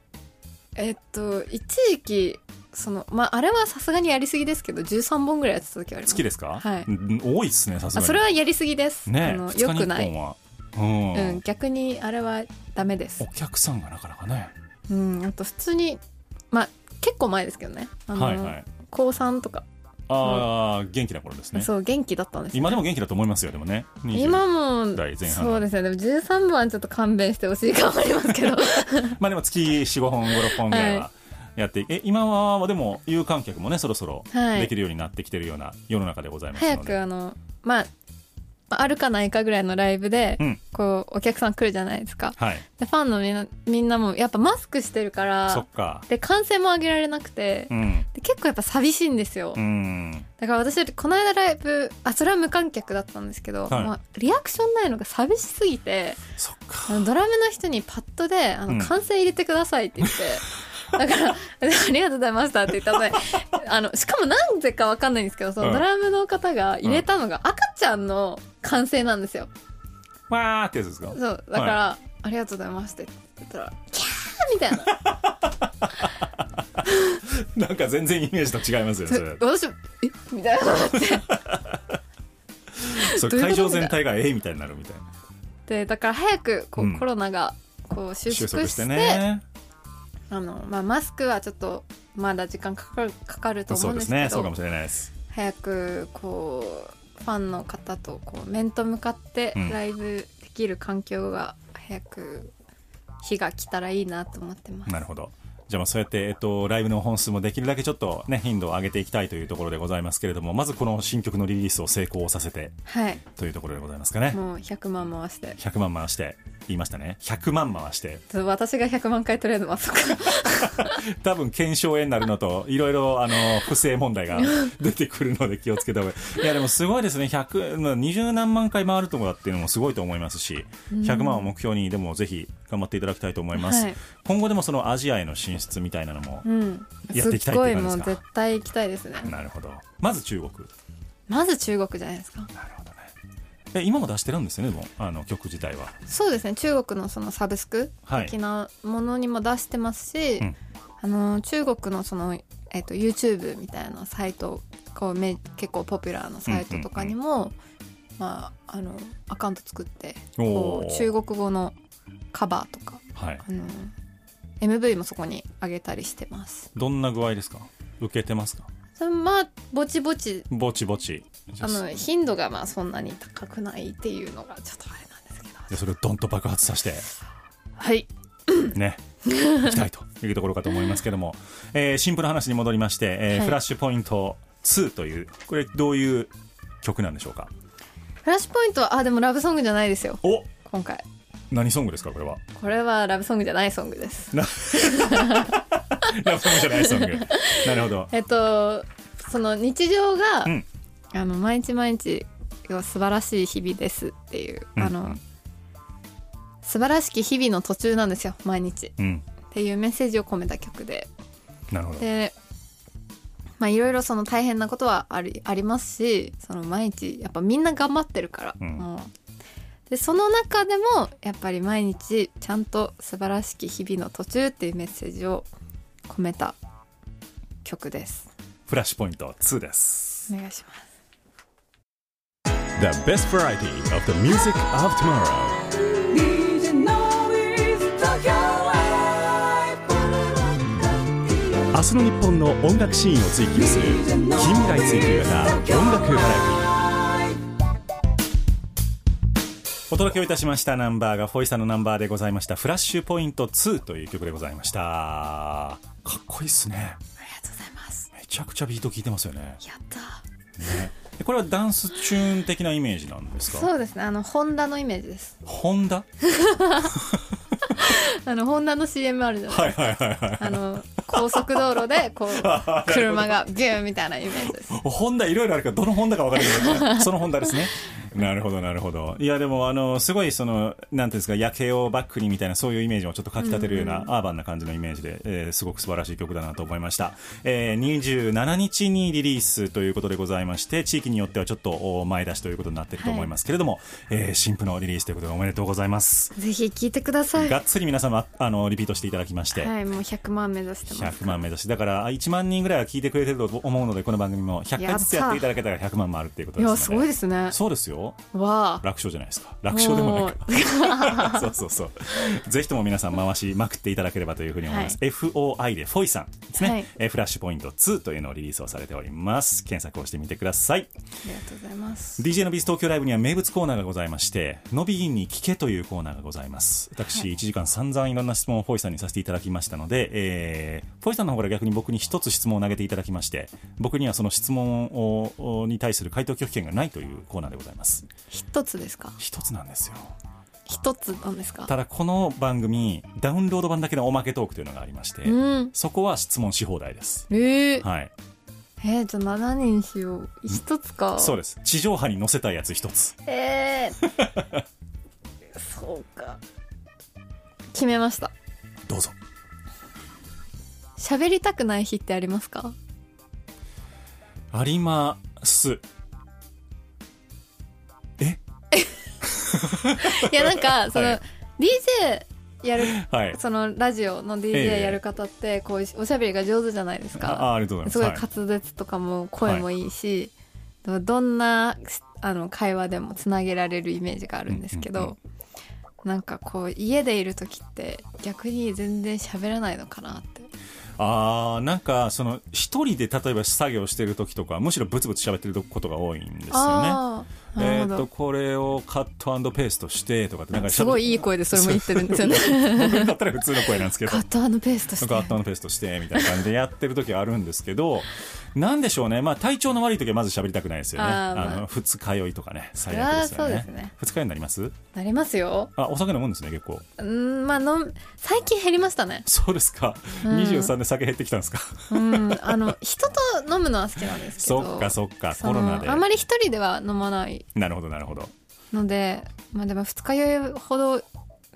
えっと一時期そのまああれはさすがにやりすぎですけど13本ぐらいやってた時あります好きですか、はいうん多いですねさすがあにそれはやりすぎです、ねあの2よ日くにな1本い、はうんう、ん、逆にあれはダメですお客さんがなかなかねうんあと普通にまあ結構前ですけどねあの、はいはい高3とか、ああ元気な頃ですねそう元気だったんですよ今でも元気だと思いますよでもね20今も代前半そうですねでも13番ちょっと勘弁してほしいかもありま すけどまあでも月45本56本ぐらいははやって、え今はでも有観客もねそろそろはいできるようになってきてるような世の中でございます早のくで、あのまああるかないかぐらいのライブで、うんこうお客さん来るじゃないですかはいでファンのみんなみんなもやっぱマスクしてるかそらっかで歓声も上げられなくて、うんで結構やっぱ寂しいんですよ、うんだから私この間ライブあそれは無観客だったんですけど、はいまあ、リアクションないのが寂しすぎてそっあかのドラムの人にパッドで「あうんの歓声入れてください」って 言って、だから「ありがとうございました」って言ったのであのしかもなんでかわかんないんですけどそのうんドラムの方が入れたのが赤ちゃんの歓声なんですよ。わーってやつですかそうだから、ありがとうございます」って言ったら「キャー!」みたいななんか全然イメージと違います よねそれ私「えみたいなっそどれういうこと会場全体がええみたいになるみたいなてだから早くこう、うんコロナがこう収収束束ししててねあのまあ、マスクはちょっとまだ時間かかるかかると思そううんでですすけどねそうかもしれないです早くこうファンの方とこう面と向かってうんライブできる環境が早く日が来たらいいなと思ってます。なるほど。じゃあまあそうやって、えっと、ライブの本数もできるだけちょっとね、頻度を上げていきたいというところでございますけれども、まずこの新曲のリリースを成功させてはい、というところでございますかね。もう100万回して。 100万回して、言いましたね。100万回して。私が100万回とりあえず回そうか多分検証絵になるのと、いろいろ、あの、不正問 題が出てくるので気をつけた方がいい。いや、でもすごいですね。100、まあ20何万回回るとこだっていうのもすごいと思いますし、100万を目標に、でもぜひ頑張っていただきたいと思います。はい今後でもそのアジアへの進出みたいなのも、うんやっていきたいっすってごいうい感じでもすうか絶対行きたいですねなるほど。まず中国。まず中国じゃないですかなるほどね。え今も出してるんですよね、でもあの曲自体は。そうですね中国のそのサブスクはい的なものにも出してますし、うんあの中国のその、えっと YouTube みたいなサイトこうめ結構ポピュラーなサイトとかにも、まあ、あのアカウント作ってこおうー中国語のカバーとかはい。あの MV もそこに上げたりしてます。どんな具合ですか受けてますかそれまあぼちぼちぼちぼち。じゃああの頻度がまあそんなに高くないっていうのがちょっとあれなんですけどじゃあそれをドンと爆発させて、はい ね、いきたいというところかと思いますけども、えーシンプルな話に戻りまして、えーはいフラッシュポイント2という、これどういう曲なんでしょうかフラッシュポイントはあでもラブソングじゃないですよお今回何ソングですかこれ は。これはラブソングじゃないソングですラブソングじゃないソング。なるほど。えっとその日常が、うんあの毎日毎日が素晴らしい日々ですっていう、うんあの素晴らしき日々の途中なんですよ毎日っうん。ていうメッセージを込めた曲でなるほど。でまあいろいろその大変なことはありありますしその毎日やっぱみんな頑張ってるから、うんもうでその中でもやっぱり毎日ちゃんと素晴らしき日々の途中っていうメッセージを込めた曲ですフラッシュポイント2ですお願いします The best variety of the music of tomorrow DJ Nobis Tokyo Live 明日の日本の音楽シーンを追求する近未来追求型音楽バラエティお届けをいたしましたナンバーがフォイさんのナンバーでございました「フラッシュポイント2」という曲でございましたかっこいいっすねありがとうございますめちゃくちゃビート効いてますよねやったねでこれはダンスチューン的なイメージなんですかそうですねあのホンダのイメージですホン ダ あのホンダの CM あるじゃないはいはいはいはいあの高速道路で こう車がビューみたいなイメージですホンダいろいろあるからどのホンダか分からないけどそのホンダですね なるほどなるほどいやでもあのすごいそのなんていうんですか夜景をバックにみたいなそういうイメージをちょっとかきたてるような、アーバンな感じのイメージで、えーすごく素晴らしい曲だなと思いました、えー27日にリリースということでございまして地域によってはちょっとお前出しということになってると思いますけれども、えー新婦のリリースということでおめでとうございます、ぜひ聴いてくださいがっつり皆様あのリピートしていただきまして、はいもう100万目指してます100万目指しだからあ1万人ぐらいは聞いてくれてると思うのでこの番組も100回ずつやっていただけたら100万もあるっていうこといですのでやすごいですねそうですよわあ楽勝じゃないですか楽勝でもないか そうそうそうぜひとも皆さん回しまくっていただければというふうに思います、FOI でフォイさんですね、はいえフラッシュポイント2というのをリリースをされております検索をしてみてくださいありがとうございます DJ のビーズ東京ライブには名物コーナーがございまして、のびーに聞けというコーナーがございます。私、1時間散々いろんな質問をフォイさんにさせていただきましたので、えー、フォイさんの方から逆に僕に一つ質問を投げていただきまして、僕にはその質問をおに対する回答拒否権がないというコーナーでございます。一つですか一つなんですよ。一つなんですかただ、この番組、ダウンロード版だけのおまけトークというのがありまして、うんそこは質問し放題です。ええはい。えー、じゃあ7人しよう一つかそうです。地上波に載せたいやつ一つ。えーそうか決めましたどうぞ。喋りたくない日ってあります かあります。いやなんかその、はい DJ やるはい。そのラジオのええ DJ やる方ってこうおしゃべりが上手じゃないですああかありがとうございますすごい滑舌とかも声もいいし、どんなあの会話でもつなげられるイメージがあるんですけど、うんうんなんかこう家でいる時って逆に全然喋らないのかなってあーなんかその一人で例えば作業してる時とかむしろブツブツ喋ってることが多いんですよね。ああなえっるほど、とこれをカットペーストしてとかってなんかすごいいい声声でそれも言ってるんですよねだったら普通の声なん ですけどカットアンドペースとしてカットペーストしてみたいな感じでやってる時はあるんですけどなんでしょうね、まあ、体調の悪い時はまず喋りたくないですよねあーまああの二日酔いとかね最悪ですよそれはねそうですね二日酔いになりますなりますよあお酒飲むんですね結構うんまあの最近減りましたねそうですか、うん23で酒減ってきたんですかうんあの人と飲むのは好きなんです けそどっかそっかそコのロナであまり一人では飲まないなるほどなるほどのでまあでも二日酔いほど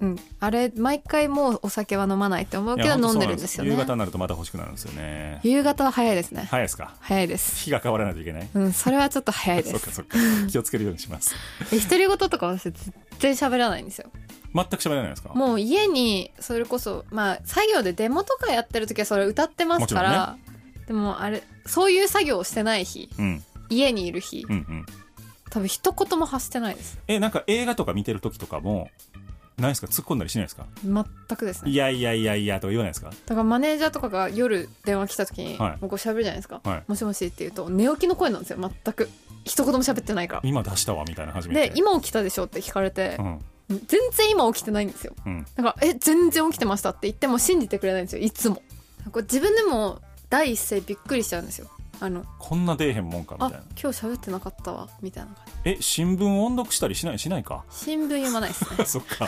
うん、あれ毎回もうお酒は飲まないって思ういけやど本当飲そんうでなるんですよね夕方になるとまた欲しくなるんですよね夕方は早いですね、早いですか早いです日が変わらないといけないうんそれはちょっと早い でそっかすそっか気をつけるようにし ますえ独り言とか私絶対喋らないんですよ全く喋らないですかもう家にそれこそまあ作業でデモとかやってる時はそれ歌ってますから、でもあれそういう作業をしてない日うん家にいる日、うんうん多分一言も発してないですえなんか映画とか見てる時とかもないですか突っ込んだりしないですか全くですねいやいやいやいやとか言わないですかだからマネージャーとかが夜電話来た時に、はいもうこう喋るじゃないですか、はいもしもしって言うと寝起きの声なんですよ全く一言も喋ってないから今出したわみたいな初めてで今起きたでしょって聞かれてう、ん全然今起きてないんですようんだからえ全然起きてましたって言っても信じてくれないんですよいつもこう自分でも第一声びっくりしちゃうんですよあのこんな出えへんもんかみあたいな今日喋ってなかったわみたいな感じえ新聞音読したりしないしないか新聞読まないですね そっか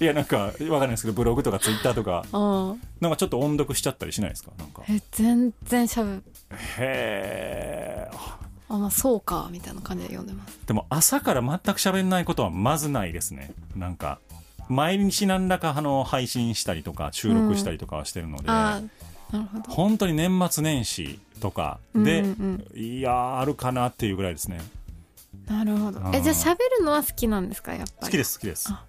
いやなんかわかんないですけどブログとかツイッターとかああなんかちょっと音読しちゃったりしないですかなんかえ全然しゃべへえあまあそうかみたいな感じで読んでますでも朝から全く喋んないことはまずないですねなんか毎日何らかあの配信したりとか収録したりとかはしてるので、ああなるほど本当に年末年始とかで、うんうんいやーあるかなっていうぐらいですねなるほどあーえじゃあ喋るのは好きなんですかやっぱり好きです好きですあ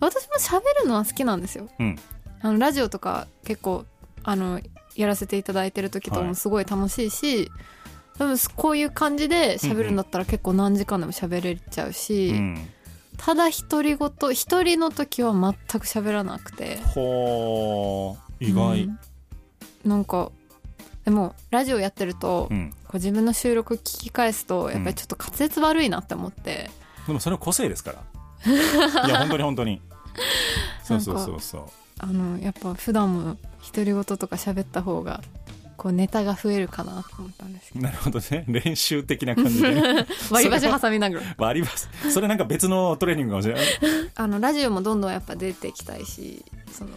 私も喋るのは好きなんですようんあのラジオとか結構あのやらせていただいてる時とかはもいすごい楽しいし、多分こういう感じで喋るんだったら結構何時間でも喋れちゃうし、うん、ただ独り言一人の時は全く喋らなくてほー意外、うんなんかでもラジオやってると、うんこう自分の収録聞き返すとやっぱりちょっと滑舌悪いなって思って、でもそれは個性ですから いや本当に本当にそうそうそうそうあのやっぱ普段も独り言とか喋った方がこうネタが増えるかなと思ったんですけどなるほどね練習的な感じで ね割り箸挟みながら割りますそれなんか別のトレーニングかもしれないあのラジオもどんどんやっぱ出てきたいしその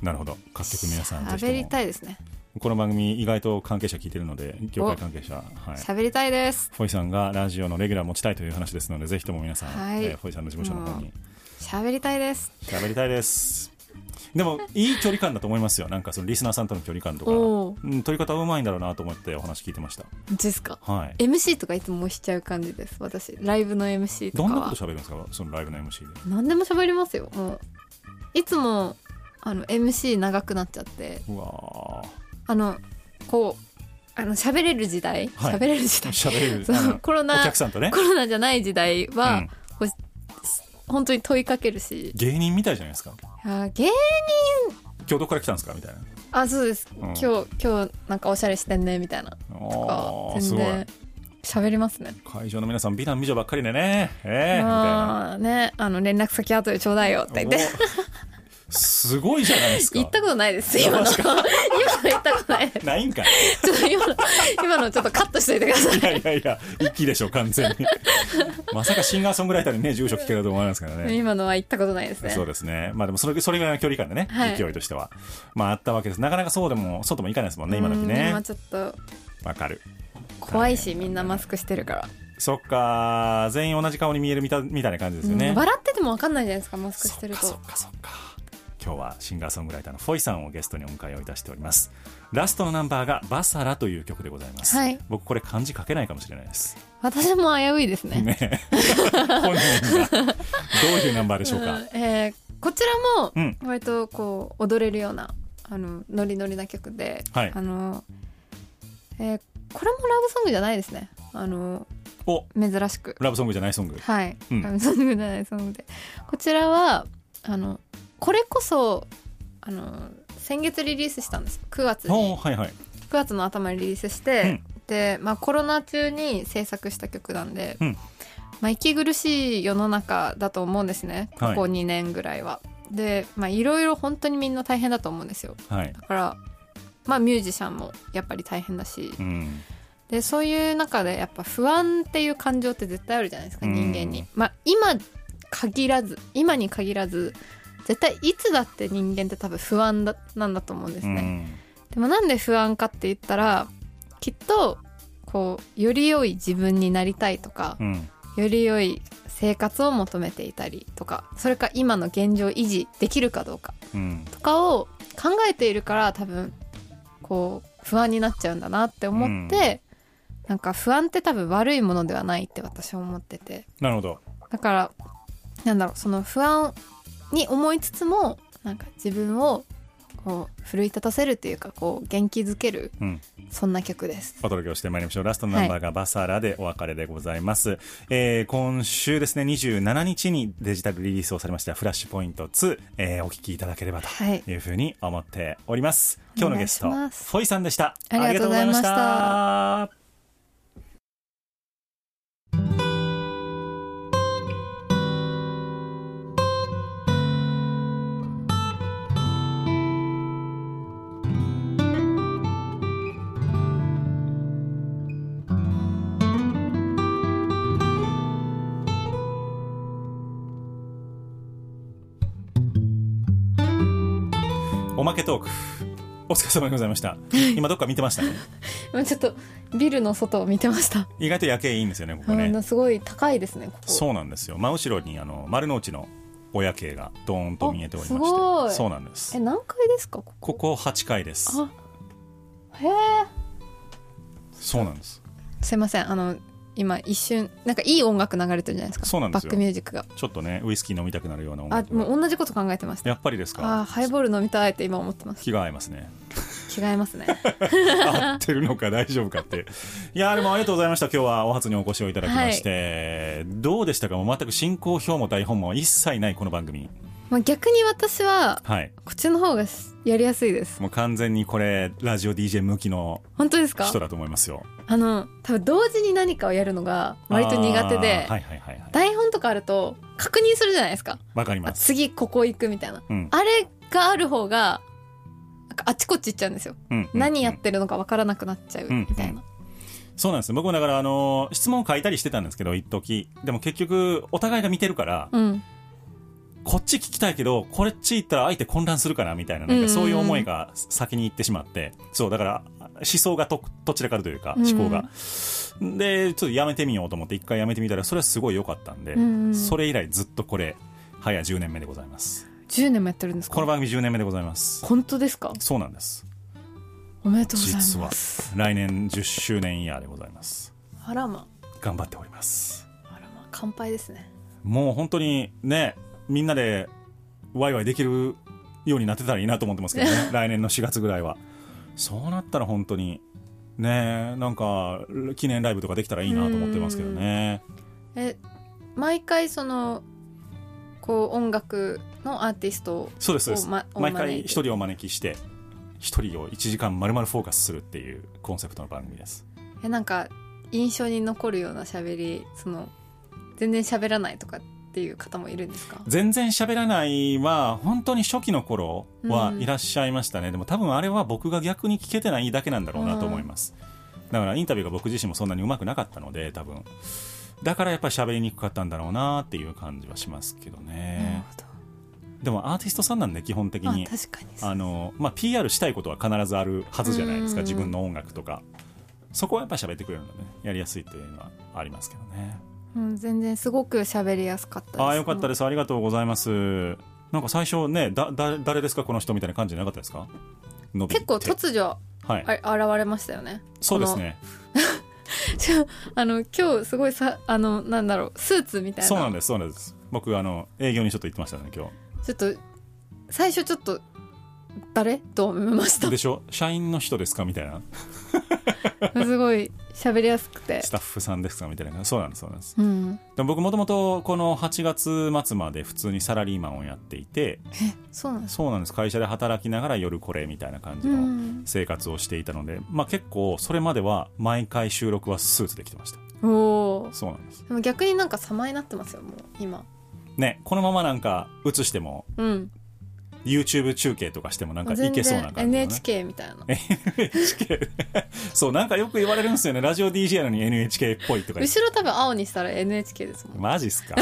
なるほど各局皆さんぜひと喋りもたいですねこの番組意外と関係者聞いてるので業界関係者はい喋りたいですフォイさんがラジオのレギュラー持ちたいという話ですのでぜひとも皆さん、はいえーフォイさんの事務所の方に喋りたいです喋りたいですでもいい距離感だと思いますよなんかそのリスナーさんとの距離感とか、おおうん、取り方うまいんだろうなと思ってお話聞いてましたですかはい MC とかいつもしちゃう感じです私ライブの MC とどんかなことは喋るんですかそのライブの MC で何でも喋りますよもういつもあの MC 長くなっちゃってうわあのこうあの喋れる時代喋、はいれる時ー 代喋るそうあのコロナお客さんとねコロナじゃない時代は、うんこう本当に問いかけるし芸人みたいじゃないですかあ芸今日どこから来たんですかみたいなあそうです、ん今日今日なんかおしゃれしてんねみたいなとかあーす全ごい然喋りますね会場の皆さん美男美女ばっかりでねええみたいなまあねあの連絡先後でちょうだいよって言っておすごいじゃない ですか行ったことないです今の確今の行ったことないですないんかいちょっと今の今のちょっとカットしといてくださいいやいやいや一気でしょ完全にまさかシンガーソングライターにね住所聞けると思わないですからね今のは行ったことないですねそうですねまあでもそれそれぐらいの距離感でね、はい勢いとしてはまああったわけですなかなかそうでもそうともいかないですもんね今の時うんね今ちょっとわかる怖いしみんなマスクしてるから、そっか全員同じ顔に見えるみたみたいな感じですよね、うん笑ってても分かんないじゃないですかマスクしそてっるかとそっかそっか今日はシンガーソングライターのフォイさんをゲストにお迎えをいたしておりますラストのナンバーが「バサラ」という曲でございます、はい僕これ漢字書けないかもしれないです私も危ういですねね 本人がどういうナンバーでしょうか、うんえーこちらもうん割とこう踊れるようなあのノリノリな曲で、はいあのえーこれもラブソングじゃないですねあのお珍しくラブソングじゃないソングはい、うんラブソングじゃないソングでこちらはあのこれこそあの先月リリースしたんです9月おおにはいはい9月の頭にリリースして、で、まあ、コロナ中に制作した曲なんで、うんまあ、息苦しい世の中だと思うんですねここはい2年ぐらいは。でまあいろいろ本当にみんな大変だと思うんですよはいだから、まあ、ミュージシャンもやっぱり大変だしうんでそういう中でやっぱ不安っていう感情って絶対あるじゃないですかうん人間に。まあ、今限らず今に限らず絶対いつだって人間って多分不安だなんだと思うんですうね。んでもなんで不安かって言ったらきっとこうより良い自分になりたいとかう、んより良い生活を求めていたりとかそれか今の現状維持できるかどうかうんとかを考えているから多分こう不安になっちゃうんだなって思って、なんか不安って多分悪いものではないって私は思っててなるほどだからなんだろうその不安に思いつつもなんか自分をこう奮い立たせるっていうかこう元気づけるうんそんな曲です。お届けをしてまいりましょう。ラストのナンバーがバサラでお別れでございます。えー今週ですね、27日にデジタルリリースをされました、フラッシュポイント2、えーお聞きいただければとはいいうふうに思っております。今日のゲスト、おフ願いしますォイさんでした。ありがとうございましたありがとうございました。おまけトーク。お疲れ様でございました。今どっか見てましたね。今ちょっとビルの外を見てま した。意外と夜景いいんですよね、こあこね。のすごい高いですねここ。そうなんですよ。真後ろにあの丸の内のお夜景がドーンと見えておりまあすしごいて、そうなんですえ。何階ですかここ。ここ8階です。あへえ。そうなんです。すいませんあの今一瞬なんかいい音楽流れてるじゃないですか。そうなんですよバックミュージックが。ちょっとね、ウイスキー飲みたくなるような音あ楽がもう同じこと考えてました。やっぱりですあーかハイボール飲みたいって今思ってます。気が合いますね。違いますね合ってるのか大丈夫かって。いやーでもありがとうございました。今日はお初にお越しをいただきまして、どうでしたかもう全く進行表も台本も一切ないこの番組。まあ逆に私ははい。こっちの方がしやりやすいですもう完全にこれ、ラジオ DJ 向きの本当ですか人だと思いますよ。あの多分同時に何かをやるのが割と苦あーは手で、いはいはいはい。台本とかあると確認するじゃないですかわかりあます。次ここ行くみたいなうん。あれがある方がなんかあちこち行っちゃうんですようん何やうんってるのかわからなくなっちゃうみたいな、そうなんです僕もだからあの質問書いたりしてたんですけど一時でも結局お互いが見てるから、うん、こっち聞きたいけどこっち行ったら相手混乱するかなみたいななんかそういう思いが先に行ってしまって、そうだから思想がととちらかるというかうん思考が、でちょっとやめてみようと思って一回やめてみたらそれはすごい良かったんで、うんそれ以来ずっとこれ早10年目でございます10年もやってるんですかこの番組10年目でございます本当ですかそうなんですおめでとうござい実まはす来年10周年イヤーでございますあらま頑張っておりますあらま乾杯ですねもう本当にね、みんなでワイワイできるようになってたらいいなと思ってますけど ね、来年の4月ぐらいは。そうなったら本当に、ね、なんか記念ライブとかできたらいいなと思ってますけどね。え毎回そのこう音楽のアーティストをそうです、そうです。まお毎招回いて一人お招きして、一人を1時間丸々フォーカスするっていうコンセプトの番組です。えなんか印象に残るような喋りその全然喋らないとかっていう方もいるんですか全然喋らないは、本当に初期の頃うはんいらっしゃいましたね。でも多分あれは僕が逆に聞けてないだけなんだろうなと思います。だからインタビューが僕自身もそんなにうまくなかったので、多分。だからやっぱり喋りにくかったんだろうなっていう感じはしますけどなるね。ほどでもアーティストさんなんで基本的あに。確かにそうあの、まあ、PR したいことは必ずあるはずじゃないですか。うん自分の音楽とか。そこはやっぱり喋ってくれるのでね、やりやすいっていうのはありますけどね。うん全然すごく喋りやすかったですああ、よかったです。ありがとうございます。なんか最初ね、だ、だ、誰ですかこの人みたいな感じじゃなかったですか伸びて結構突如はい。あ現れましたよねそうですね。ちょあの今日すごいさあのなんだろうスーツみたいなそうなんです、そうなんです。僕、あの、営業にちょっと行ってましたね、今ちょっと最初ちょっと誰と思いまし日。でしょ社員の人ですかみたいな。たすごい喋りやすくてスタッフさんですかみたいな。そうなんです、そうなんです。うんでも僕、もともと、この8月末まで普通にサラリーマンをやっていて、そうなんですそうなんです、会社で働きながら夜これみたいな感じうのん生活をしていたので、まあ結構、それまでは毎回収録はスーツで来てました。おおそうなんです。でも逆になんか様になってますよもう今ね、このままなんか映してもうん、 YouTube 中継とかしてもなんかい全けそう然な感じ、ね、 NHK みたいな NHK そうなんかよく言われるんですよねラジオ DJ なのに NHK っぽいとか言って後ろ多分青にしたら NHK ですもんマジっすか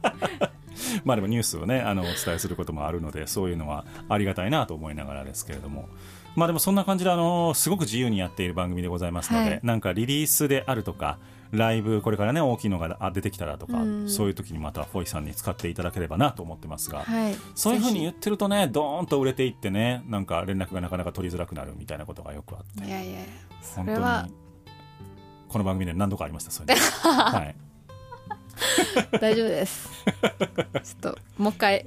まあでもニュースをねあのお伝えすることもあるのでそういうのはありがたいなと思いながらですけれどもまあでもそんな感じであのすごく自由にやっている番組でございますので、はいなんかリリースであるとかライブこれからね大きいのがあ出てきたらとかうんそういう時にまたフォイさんに使っていただければなと思ってますが、はいそういうふうに言ぜってるとね、ドーンと売れていってね、なんか連絡がなかなか取りづらくなるみたいなことがよくあって、ひいやいやいやそ本れは当に、この番組で何度かありました、そういうの はい、大丈夫です ちょっともう一回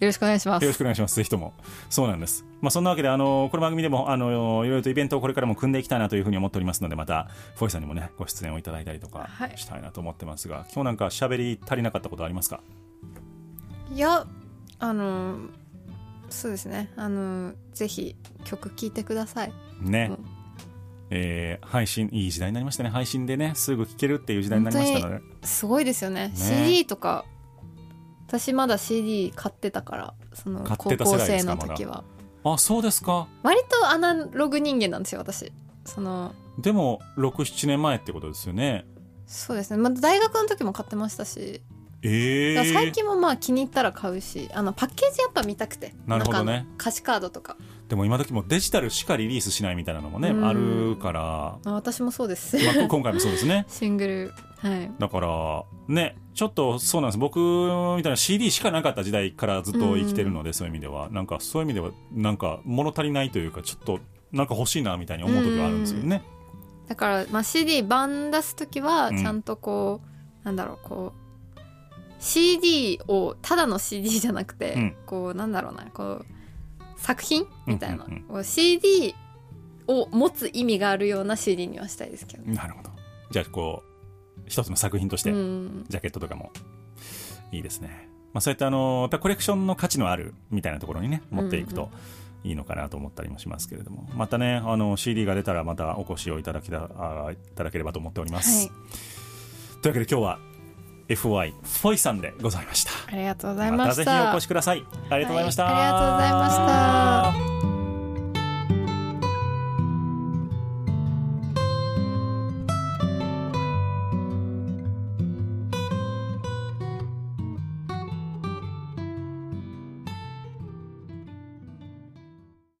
よろしくお願いしまよろしすくお願いします、ぜひとも。そうなんです。まあ、そんなわけで、あのこの番組でも、あのいろいろとイベントをこれからも組んでいきたいなというふうに思っておりますので、また、フォイさんにもね、ご出演をいただいたりとかはいしたいなと思ってますが、今日なんか喋り足りなかったことありますかいやあのーそうですねあのーぜひ曲聴いてくださいね。うんえー配信いい時代になりましたね配信でねすぐ聴けるっていう時代になりましたのですごいですよねね CD とか私まだ CD 買ってで買ってたからその買っ高てた世校代で生すかの時は、あそうですか割とアナログ人間なんですよ私そのでも67年前ってことですよねそうですね、まあ、大学の時も買ってましたし、ええだから最近もまあ気に入ったら買うしあのパッケージやっぱ見たくてなるほどねんかあの歌詞カードとかでも今時もうデジタルしかリリースしないみたいなのもねうんあるから、まあ私もそうです しあ、今回もそうですね シングルはいだからねちょっとそうなんです僕みたいな CD しかなかった時代からずっと生きてるので、そういう意味ではなんかそういう意味ではなんか物足りないというかちょっとなんか欲しいなみたいに思う時はあるんですよね、だから、まあ、CD 版出す時はうんちゃんとこう、なんだろうこう CD をただの CD じゃなくて、うんこうなんだろうなこう作品みたいな、うんうんこう CD を持つ意味があるような CD にはしたいですけど、なるほど。じゃあ、こう、一つの作品として、うん、ジャケットとかも、いいですね。まあ、そういった、あの、コレクションの価値のある、みたいなところにね、持っていくうんと、いいのかなと思ったりもしますけれども、またね、あの、CD が出たら、またお越しをいただけた、あいただければと思っておりまはす。いというわけで、今日は、FY、フォイさんでございました。ありがとうございままぜしたひお越しください。ありがとうございました。はいありがとうございました